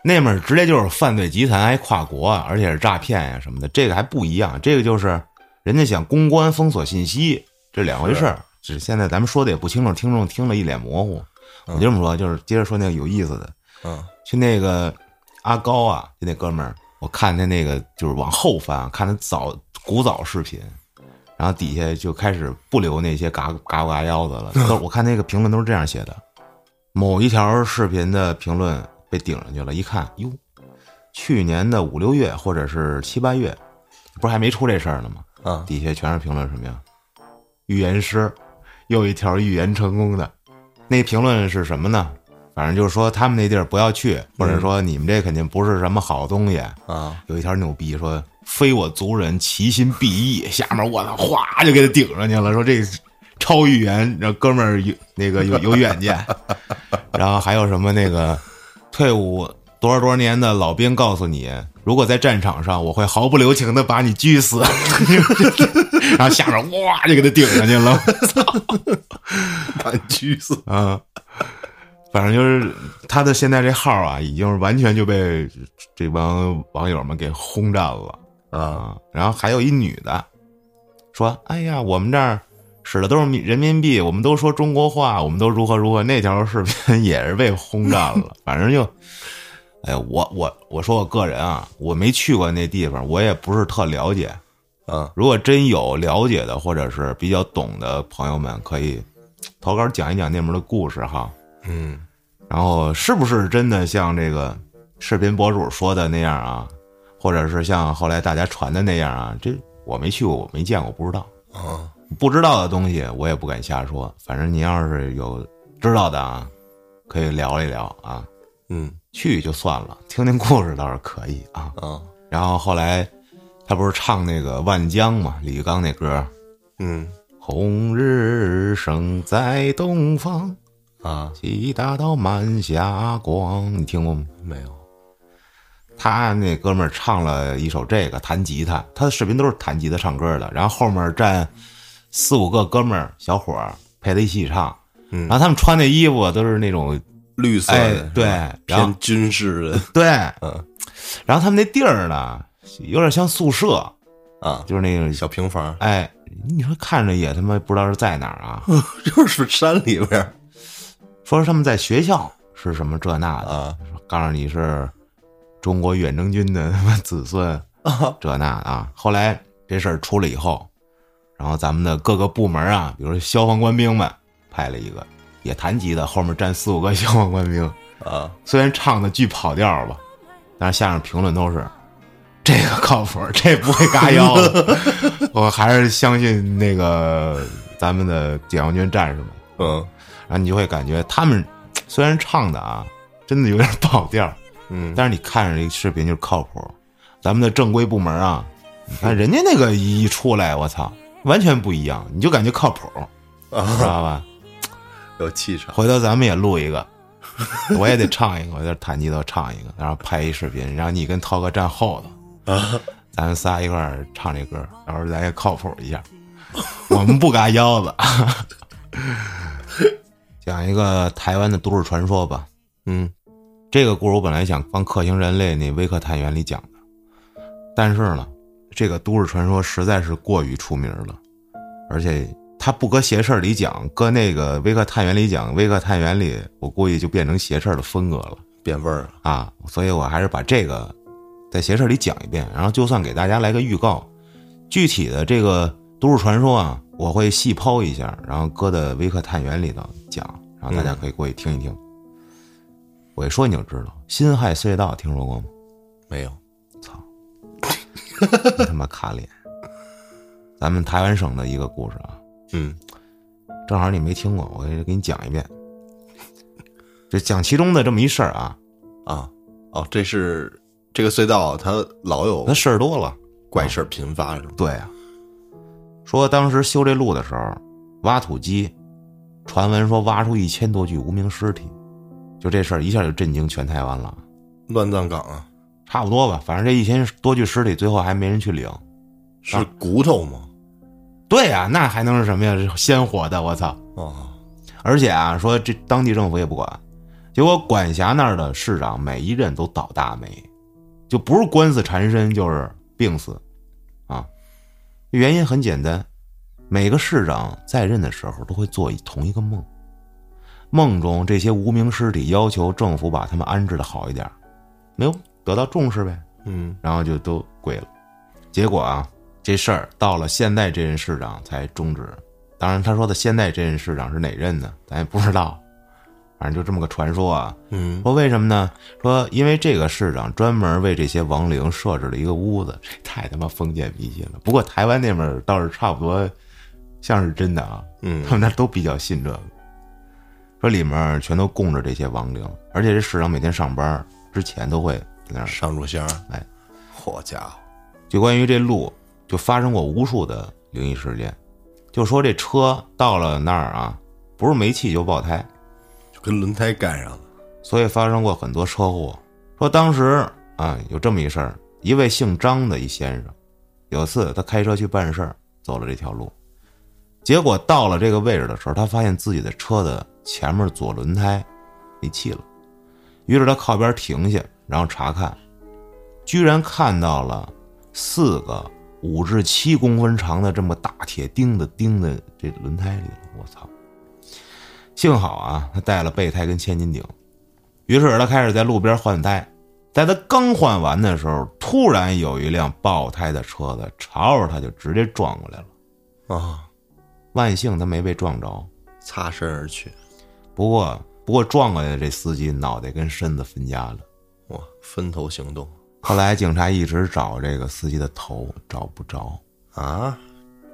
Speaker 1: 那面儿直接就是犯罪集团，还跨国，而且是诈骗呀、什么的，这个还不一样。这个就是人家想公关封锁信息，这两回事儿。只是现在咱们说的也不清楚，听众听了一脸模糊。我就这么说，就是接着说那个有意思的，
Speaker 2: 嗯
Speaker 1: 就那个阿高啊，就那哥们儿，我看他那个就是往后翻啊，看他早古早视频，然后底下就开始不留那些嘎嘎不嘎腰子了，都我看那个评论都是这样写的，某一条视频的评论被顶上去了，一看哟，去年的五六月或者是七八月，不是还没出这事儿呢吗？
Speaker 2: 啊
Speaker 1: 底下全是评论什么呀？预言师，又一条预言成功的。那评论是什么呢？反正就是说他们那地儿不要去，或者说你们这肯定不是什么好东西。
Speaker 2: 啊，
Speaker 1: 有一条牛逼说：“非我族人，其心必异。”下面我操，哗就给他顶上去了，说这超预言，然后哥们儿有那个有有远见。然后还有什么那个退伍多少多少年的老兵告诉你，如果在战场上，我会毫不留情的把你狙死。然后下面哇就给他顶上去了。
Speaker 2: 把你狙死，
Speaker 1: 啊，反正就是他的现在这号啊，已经是完全就被这帮网友们给轰炸了
Speaker 2: 啊
Speaker 1: 啊。然后还有一女的说：“哎呀，我们这儿使的都是民人民币，我们都说中国话，我们都如何如何。”那条视频 也是被轰炸了，反正就。哎呀，我我我说我个人啊，我没去过那地方，我也不是特了解。
Speaker 2: 啊！
Speaker 1: 如果真有了解的或者是比较懂的朋友们，可以投稿讲一讲那边的故事哈。
Speaker 2: 嗯，
Speaker 1: 然后是不是真的像这个视频博主说的那样啊，或者是像后来大家传的那样啊？这我没去过，我没见过，不知道。
Speaker 2: 啊，
Speaker 1: 不知道的东西我也不敢瞎说。反正您要是有知道的啊，可以聊一聊啊。
Speaker 2: 嗯，
Speaker 1: 去就算了，听听故事倒是可以啊。
Speaker 2: 啊，
Speaker 1: 然后后来他不是唱那个《万江》嘛，李玉刚那歌儿
Speaker 2: 嗯，
Speaker 1: “红日升在东方，
Speaker 2: 啊，
Speaker 1: 西大道满霞光”，你听过吗？
Speaker 2: 没有，
Speaker 1: 他那哥们儿唱了一首这个，弹吉他，他的视频都是弹吉他唱歌的，然后后面站四五个哥们儿小伙儿陪他一起唱，
Speaker 2: 嗯
Speaker 1: 然后他们穿的衣服都是那种
Speaker 2: 绿色
Speaker 1: 哎
Speaker 2: 的，
Speaker 1: 对，然后
Speaker 2: 偏军事的
Speaker 1: 对，
Speaker 2: 嗯，
Speaker 1: 然后他们那地儿呢，有点像宿舍，
Speaker 2: 啊，
Speaker 1: 就是那种
Speaker 2: 小平房，
Speaker 1: 哎，你说看着也他妈不知道是在哪儿啊，
Speaker 2: 就是山里边儿
Speaker 1: 说是他们在学校是什么这那的，
Speaker 2: 啊
Speaker 1: 告诉你是中国远征军的他妈子孙，
Speaker 2: 啊，
Speaker 1: 这那的啊。后来这事儿出了以后，然后咱们的各个部门啊，比如说消防官兵们派了一个，也弹吉的，后面站四五个消防官兵，
Speaker 2: 啊，
Speaker 1: 虽然唱的巨跑调吧，但是下面评论都是这个靠谱，这不会嘎腰的。我还是相信那个咱们的解放军战士们，
Speaker 2: 嗯
Speaker 1: 然后你就会感觉他们虽然唱的啊，真的有点跑调儿。
Speaker 2: 嗯，
Speaker 1: 但是你看着这视频就是靠谱。咱们的正规部门啊，你看人家那个一出来，我操，完全不一样，你就感觉靠谱，
Speaker 2: 啊，
Speaker 1: 知道吧？
Speaker 2: 有气场，
Speaker 1: 回头咱们也录一个， 我也得唱一个，我在弹吉他唱一个，然后拍一视频，然后你跟涛哥站后头，
Speaker 2: 啊，
Speaker 1: 咱们仨一块儿唱这歌，然后咱也靠谱一下， 我们不嘎腰子。 讲一个台湾的都市传说吧，
Speaker 2: 嗯
Speaker 1: 这个故事我本来想放《克星人类》那《微克探员》里讲的，但是呢，这个都市传说实在是过于出名了，而且它不搁邪事儿里讲，搁那个《微克探员》里讲，《微克探员》里我估计就变成邪事儿的风格了
Speaker 2: 变味儿了，
Speaker 1: 啊！所以我还是把这个在邪事儿里讲一遍，然后就算给大家来个预告，具体的这个都市传说啊，我会细剖一下，然后搁在《微克探员》里头讲，然后大家可以过去听一听。我一说你就知道，辛亥隧道听说过吗？
Speaker 2: 没有，
Speaker 1: 操，你他妈卡脸！咱们台湾省的一个故事啊，
Speaker 2: 嗯
Speaker 1: 正好你没听过，我给你讲一遍。就讲其中的这么一事儿啊，
Speaker 2: 啊，哦，这是这个隧道，它老有
Speaker 1: 那事儿多了。
Speaker 2: 怪事儿频发，是吗？
Speaker 1: 对啊，说当时修这路的时候，挖土机，传闻说挖出一千多具无名尸体，就这事儿一下就震惊全台湾了。
Speaker 2: 乱葬岗啊，
Speaker 1: 差不多吧，反正这一千多具尸体最后还没人去领。
Speaker 2: 是骨头吗？
Speaker 1: 对呀、那还能是什么呀？是鲜活的，我操！
Speaker 2: 哦，
Speaker 1: 而且啊，说这当地政府也不管，结果管辖那儿的市长每一任都倒大霉，就不是官司缠身，就是病死，啊，原因很简单，每个市长在任的时候都会做一同一个梦，梦中这些无名尸体要求政府把他们安置的好一点，没有得到重视呗，
Speaker 2: 嗯
Speaker 1: 然后就都跪了。结果啊，这事儿到了现在这任市长才终止。当然，他说的现在这任市长是哪任呢？咱也不知道。反正就这么个传说啊。
Speaker 2: 嗯，
Speaker 1: 说为什么呢？说因为这个市长专门为这些亡灵 设置了一个屋子，这太他妈封建迷信了。不过台湾那边倒是差不多像是真的啊，
Speaker 2: 嗯
Speaker 1: 他们那都比较信这个，说里面全都供着这些亡灵，而且这市长每天上班之前都会在那儿。
Speaker 2: 上柱香，
Speaker 1: 哎，
Speaker 2: 好家伙，
Speaker 1: 就关于这路，就发生过无数的灵异事件，就说这车到了那儿啊，不是没气就爆胎，
Speaker 2: 就跟轮胎干上了，
Speaker 1: 所以发生过很多车祸。说当时啊，有这么一事儿，一位姓张的一先生，有次他开车去办事儿，走了这条路，结果到了这个位置的时候，他发现自己的车的前面左轮胎没气了，于是他靠边停下，然后查看，居然看到了四个五至七公分长的这么大铁钉子钉在这轮胎里了。我操！幸好啊，他带了备胎跟千斤顶，于是他开始在路边换胎，在他刚换完的时候，突然有一辆爆胎的车子朝着他就直接撞过来了。
Speaker 2: 啊，
Speaker 1: 万幸他没被撞着，
Speaker 2: 擦身而去，
Speaker 1: 不过不过撞过来的这司机脑袋跟身子分家了。
Speaker 2: 哇，分头行动
Speaker 1: 后来警察一直找这个司机的头找不着，
Speaker 2: 啊，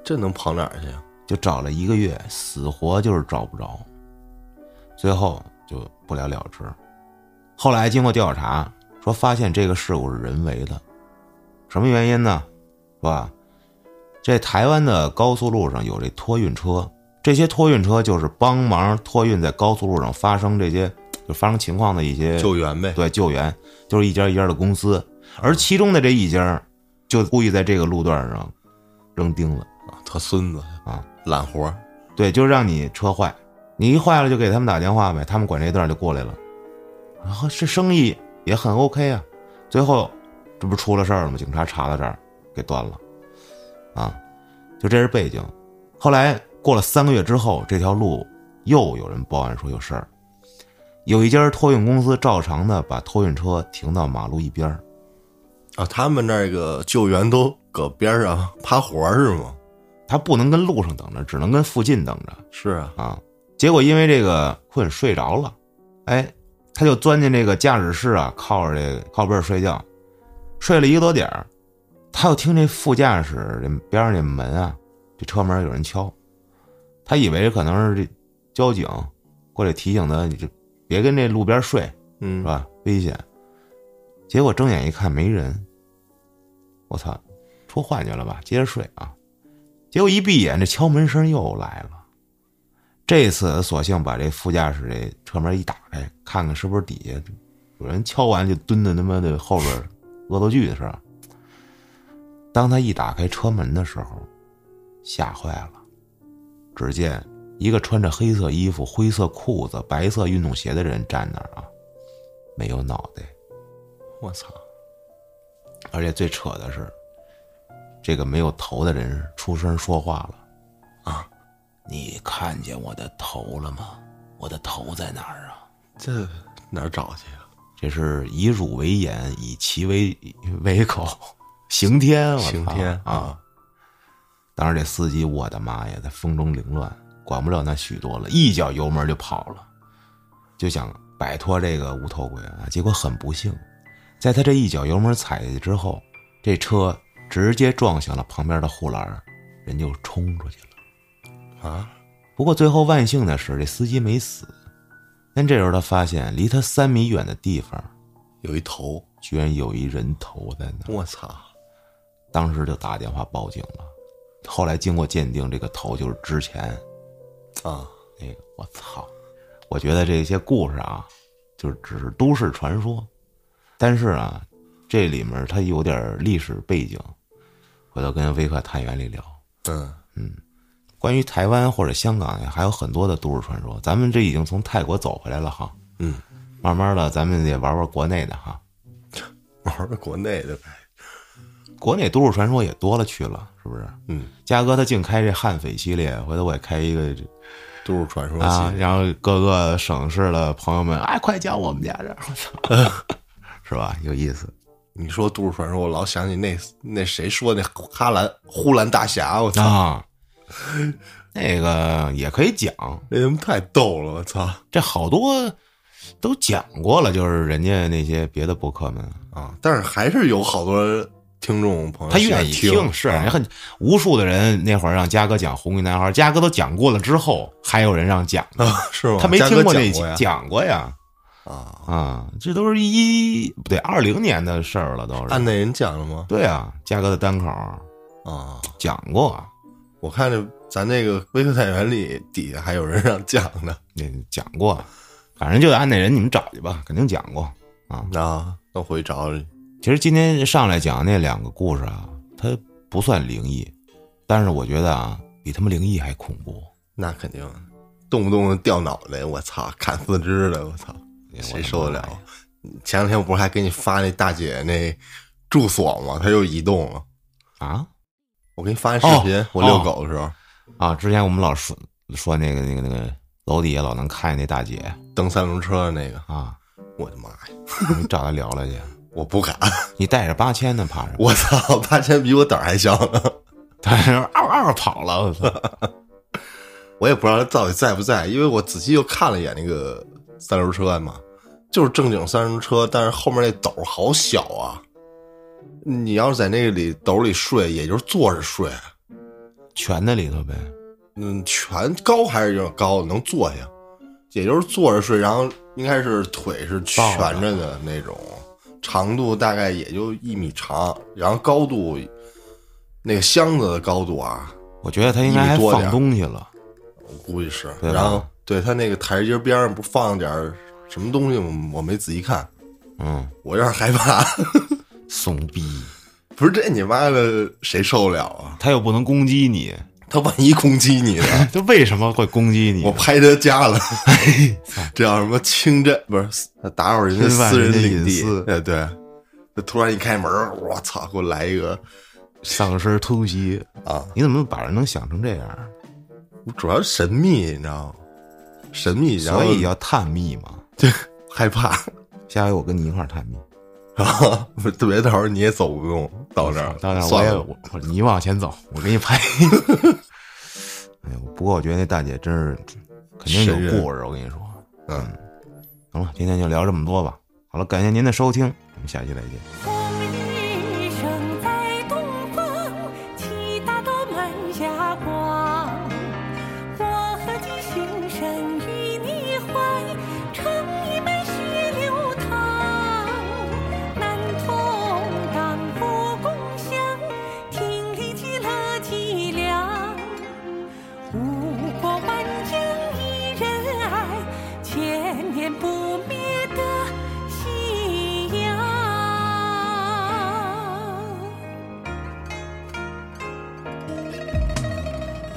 Speaker 2: 这能跑哪儿去啊？
Speaker 1: 就找了一个月，死活就是找不着，最后就不了了之。后来经过调查，说发现这个事故是人为的，什么原因呢？说啊，这台湾的高速路上有这托运车，这些托运车就是帮忙托运在高速路上发生这些就发生情况的一些
Speaker 2: 救援呗，
Speaker 1: 对救援，就是一家一家的公司，而其中的这一家就故意在这个路段上扔钉子。
Speaker 2: 啊他孙子
Speaker 1: 啊，
Speaker 2: 揽活儿，
Speaker 1: 对，就是让你车坏，你一坏了就给他们打电话呗，他们管这段就过来了，然后这生意也很 OK 啊。最后这不出了事儿了吗？警察查到这儿给断了，啊，就这是背景。后来过了三个月之后，这条路又有人报案说有事儿，有一家托运公司照常的把托运车停到马路一边儿，
Speaker 2: 啊，他们那个救援都搁边儿上趴活儿是吗？
Speaker 1: 他不能跟路上等着，只能跟附近等着。
Speaker 2: 是啊，
Speaker 1: 啊。结果因为这个困睡着了，哎，他就钻进这个驾驶室啊，靠着这个靠背儿睡觉，睡了一个多点儿，他又听这副驾驶这边上这门啊，这车门有人敲，他以为可能是这交警过来提醒他，你这别跟这路边睡，
Speaker 2: 嗯
Speaker 1: 是，吧？危险。结果睁眼一看没人，我操，出幻觉了吧？接着睡啊。结果一闭眼，这敲门声又来了。这次索性把这副驾驶这车门一打开，看看是不是底下有人敲完就蹲在他妈的后边儿恶作剧似的。当他一打开车门的时候，吓坏了。只见一个穿着黑色衣服、灰色裤子、白色运动鞋的人站那儿啊，没有脑袋，
Speaker 2: 我操，
Speaker 1: 而且最扯的是，这个没有头的人出声说话了：“
Speaker 2: 啊，
Speaker 1: 你看见我的头了吗？我的头在哪儿啊
Speaker 2: 这哪儿找去啊？？”
Speaker 1: 这是以汝为眼，以其为为口，刑天，我操
Speaker 2: 刑天
Speaker 1: 啊！！当时这司机，我的妈呀，在风中凌乱，管不了那许多了，一脚油门就跑了，就想摆脱这个无头鬼啊。结果很不幸，在他这一脚油门踩下去之后，这车直接撞向了旁边的护栏儿，人就冲出去了。
Speaker 2: 啊，
Speaker 1: 不过最后万幸的是，这司机没死。但这时候他发现，离他三米远的地方，
Speaker 2: 有一头，
Speaker 1: 居然有一人头在那儿。
Speaker 2: 我操，
Speaker 1: 当时就打电话报警了。后来经过鉴定，这个头就是之前
Speaker 2: 啊，
Speaker 1: 那个，我操！我觉得这些故事啊，就只是都市传说，但是啊，这里面它有点历史背景，回头跟微客探员里聊。
Speaker 2: 嗯，
Speaker 1: 关于台湾或者香港呀，还有很多的都市传说。咱们这已经从泰国走回来了哈，
Speaker 2: 嗯，
Speaker 1: 慢慢的咱们也玩玩国内的哈，
Speaker 2: 玩儿国内的呗，
Speaker 1: 国内都市传说也多了去了，是不是？
Speaker 2: 嗯，
Speaker 1: 嘉哥他净开这悍匪系列，回头我也开一个这
Speaker 2: 都市传说
Speaker 1: 啊，
Speaker 2: 系，
Speaker 1: 然后各个省市的朋友们，哎，快讲我们家这儿，我操， 是吧？有意思。
Speaker 2: 你说都市传说，我老想起那那谁说那哈兰呼兰大侠，我操，
Speaker 1: 啊，那个也可以讲，
Speaker 2: 那他妈太逗了，我操
Speaker 1: 这好多都讲过了，就是人家那些别的博客们，
Speaker 2: 啊啊！但是还是有好多听众朋友
Speaker 1: 他
Speaker 2: 喜欢
Speaker 1: 愿意
Speaker 2: 听，
Speaker 1: 是
Speaker 2: 啊
Speaker 1: 人很无数的人那会儿让嘉哥讲《红衣男孩》，嘉哥都讲过了之后，还有人让讲呢，
Speaker 2: 啊 是吗？
Speaker 1: 他没
Speaker 2: 嘉哥
Speaker 1: 听过那
Speaker 2: 讲过呀
Speaker 1: 讲过呀
Speaker 2: 啊？
Speaker 1: 啊，这都是一不对二零年的事儿了，都
Speaker 2: 按
Speaker 1: 是
Speaker 2: 那人讲了吗？
Speaker 1: 对啊，嘉哥的单口
Speaker 2: 啊，
Speaker 1: 讲过，
Speaker 2: 我看着咱这个微课单元里底下还有人让讲呢
Speaker 1: 那讲过，反正就按那人你们找去吧，肯定讲过。
Speaker 2: 啊，那回找你
Speaker 1: 其实今天上来讲那两个故事啊，它不算灵异，但是我觉得啊，比他们灵异还恐怖。
Speaker 2: 那肯定，动不动就掉脑袋，我操，砍四肢的，我操，
Speaker 1: 哎
Speaker 2: 谁受得了？前两天我不是还给你发那大姐那住所吗？她又移动了，
Speaker 1: 啊
Speaker 2: 我给你发那视
Speaker 1: 哦
Speaker 2: 频，我遛狗的时候，
Speaker 1: 啊！之前我们老说说那个那个那个楼底下老能看见那大姐
Speaker 2: 蹬三轮车的那个，
Speaker 1: 啊，
Speaker 2: 我的妈呀，
Speaker 1: 你找她聊聊去。
Speaker 2: 我不敢，
Speaker 1: 你带着八千呢，怕什么？
Speaker 2: 我操，八千比我胆儿还小呢，
Speaker 1: 她嗷嗷跑了，我操！
Speaker 2: 我也不知道她到底在不在，因为我仔细又看了一眼那个三轮车嘛，就是正经三轮车，但是后面那斗儿好小啊，你要是在那个里斗里睡，也就是坐着睡。
Speaker 1: 全在里头呗。
Speaker 2: 嗯，全高还是有点高，能坐下，也就是坐着睡，然后应该是腿是蜷着的那种，长度大概也就一米长，然后高度，那个箱子的高度啊，
Speaker 1: 我觉得她应该
Speaker 2: 一
Speaker 1: 还
Speaker 2: 米多点
Speaker 1: 放东西了，
Speaker 2: 我估计是，
Speaker 1: 对吧
Speaker 2: 然后对他那个台阶边上不放点儿什么东西吗？我没仔细看，
Speaker 1: 嗯，
Speaker 2: 我有点害怕，
Speaker 1: 怂逼，
Speaker 2: 不是这你妈的谁受得了啊？
Speaker 1: 她又不能攻击 你，
Speaker 2: 他万一攻击你呢？
Speaker 1: 她为什么会攻击你
Speaker 2: 我？拍他家了，
Speaker 1: 哎
Speaker 2: 这叫什么侵占？不是打扰人家私人领
Speaker 1: 侵
Speaker 2: 地
Speaker 1: 犯人？
Speaker 2: 哎，对，那突然一开门，我操，给我来一个
Speaker 1: 丧尸突袭，
Speaker 2: 啊！
Speaker 1: 你怎么把人能想成这样？
Speaker 2: 主要神秘，你知道吗？神秘，然后
Speaker 1: 所以要啊探秘嘛。
Speaker 2: 害怕，
Speaker 1: 下回我跟你一块儿探秘，
Speaker 2: 然后 特别到时候你也走不动到这儿，
Speaker 1: 到那儿我
Speaker 2: 算
Speaker 1: 也
Speaker 2: 了，
Speaker 1: 我我你往前走，我给你拍。 哎呦，不过我觉得那大姐真是肯定
Speaker 2: 神
Speaker 1: 有
Speaker 2: 人
Speaker 1: 故事，我跟你说。
Speaker 2: 嗯，
Speaker 1: 行了，今天就聊这么多吧。好了，感谢您的收听，我们下期再见。
Speaker 3: 我们的一生在东方，其大都满霞光。我和你心声与你怀，成一脉血流淌。难同当不共享，听力极乐极良。五国万疆一人爱，千年不灭的信仰。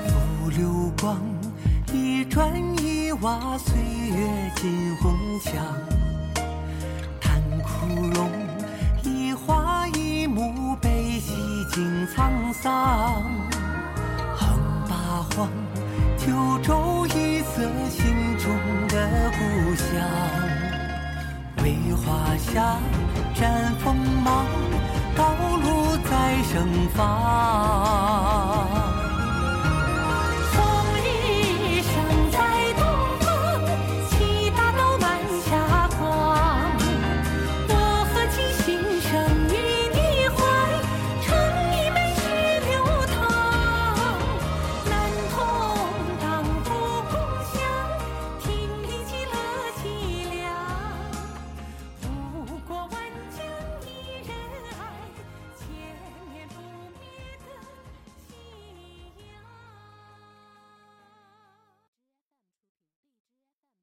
Speaker 3: 浮流光，一砖一瓦，岁月金红墙。叹枯荣，一花一木，悲喜尽沧桑。横八荒，九州一色，心中的故乡。梅花下绽锋芒，道路在盛放。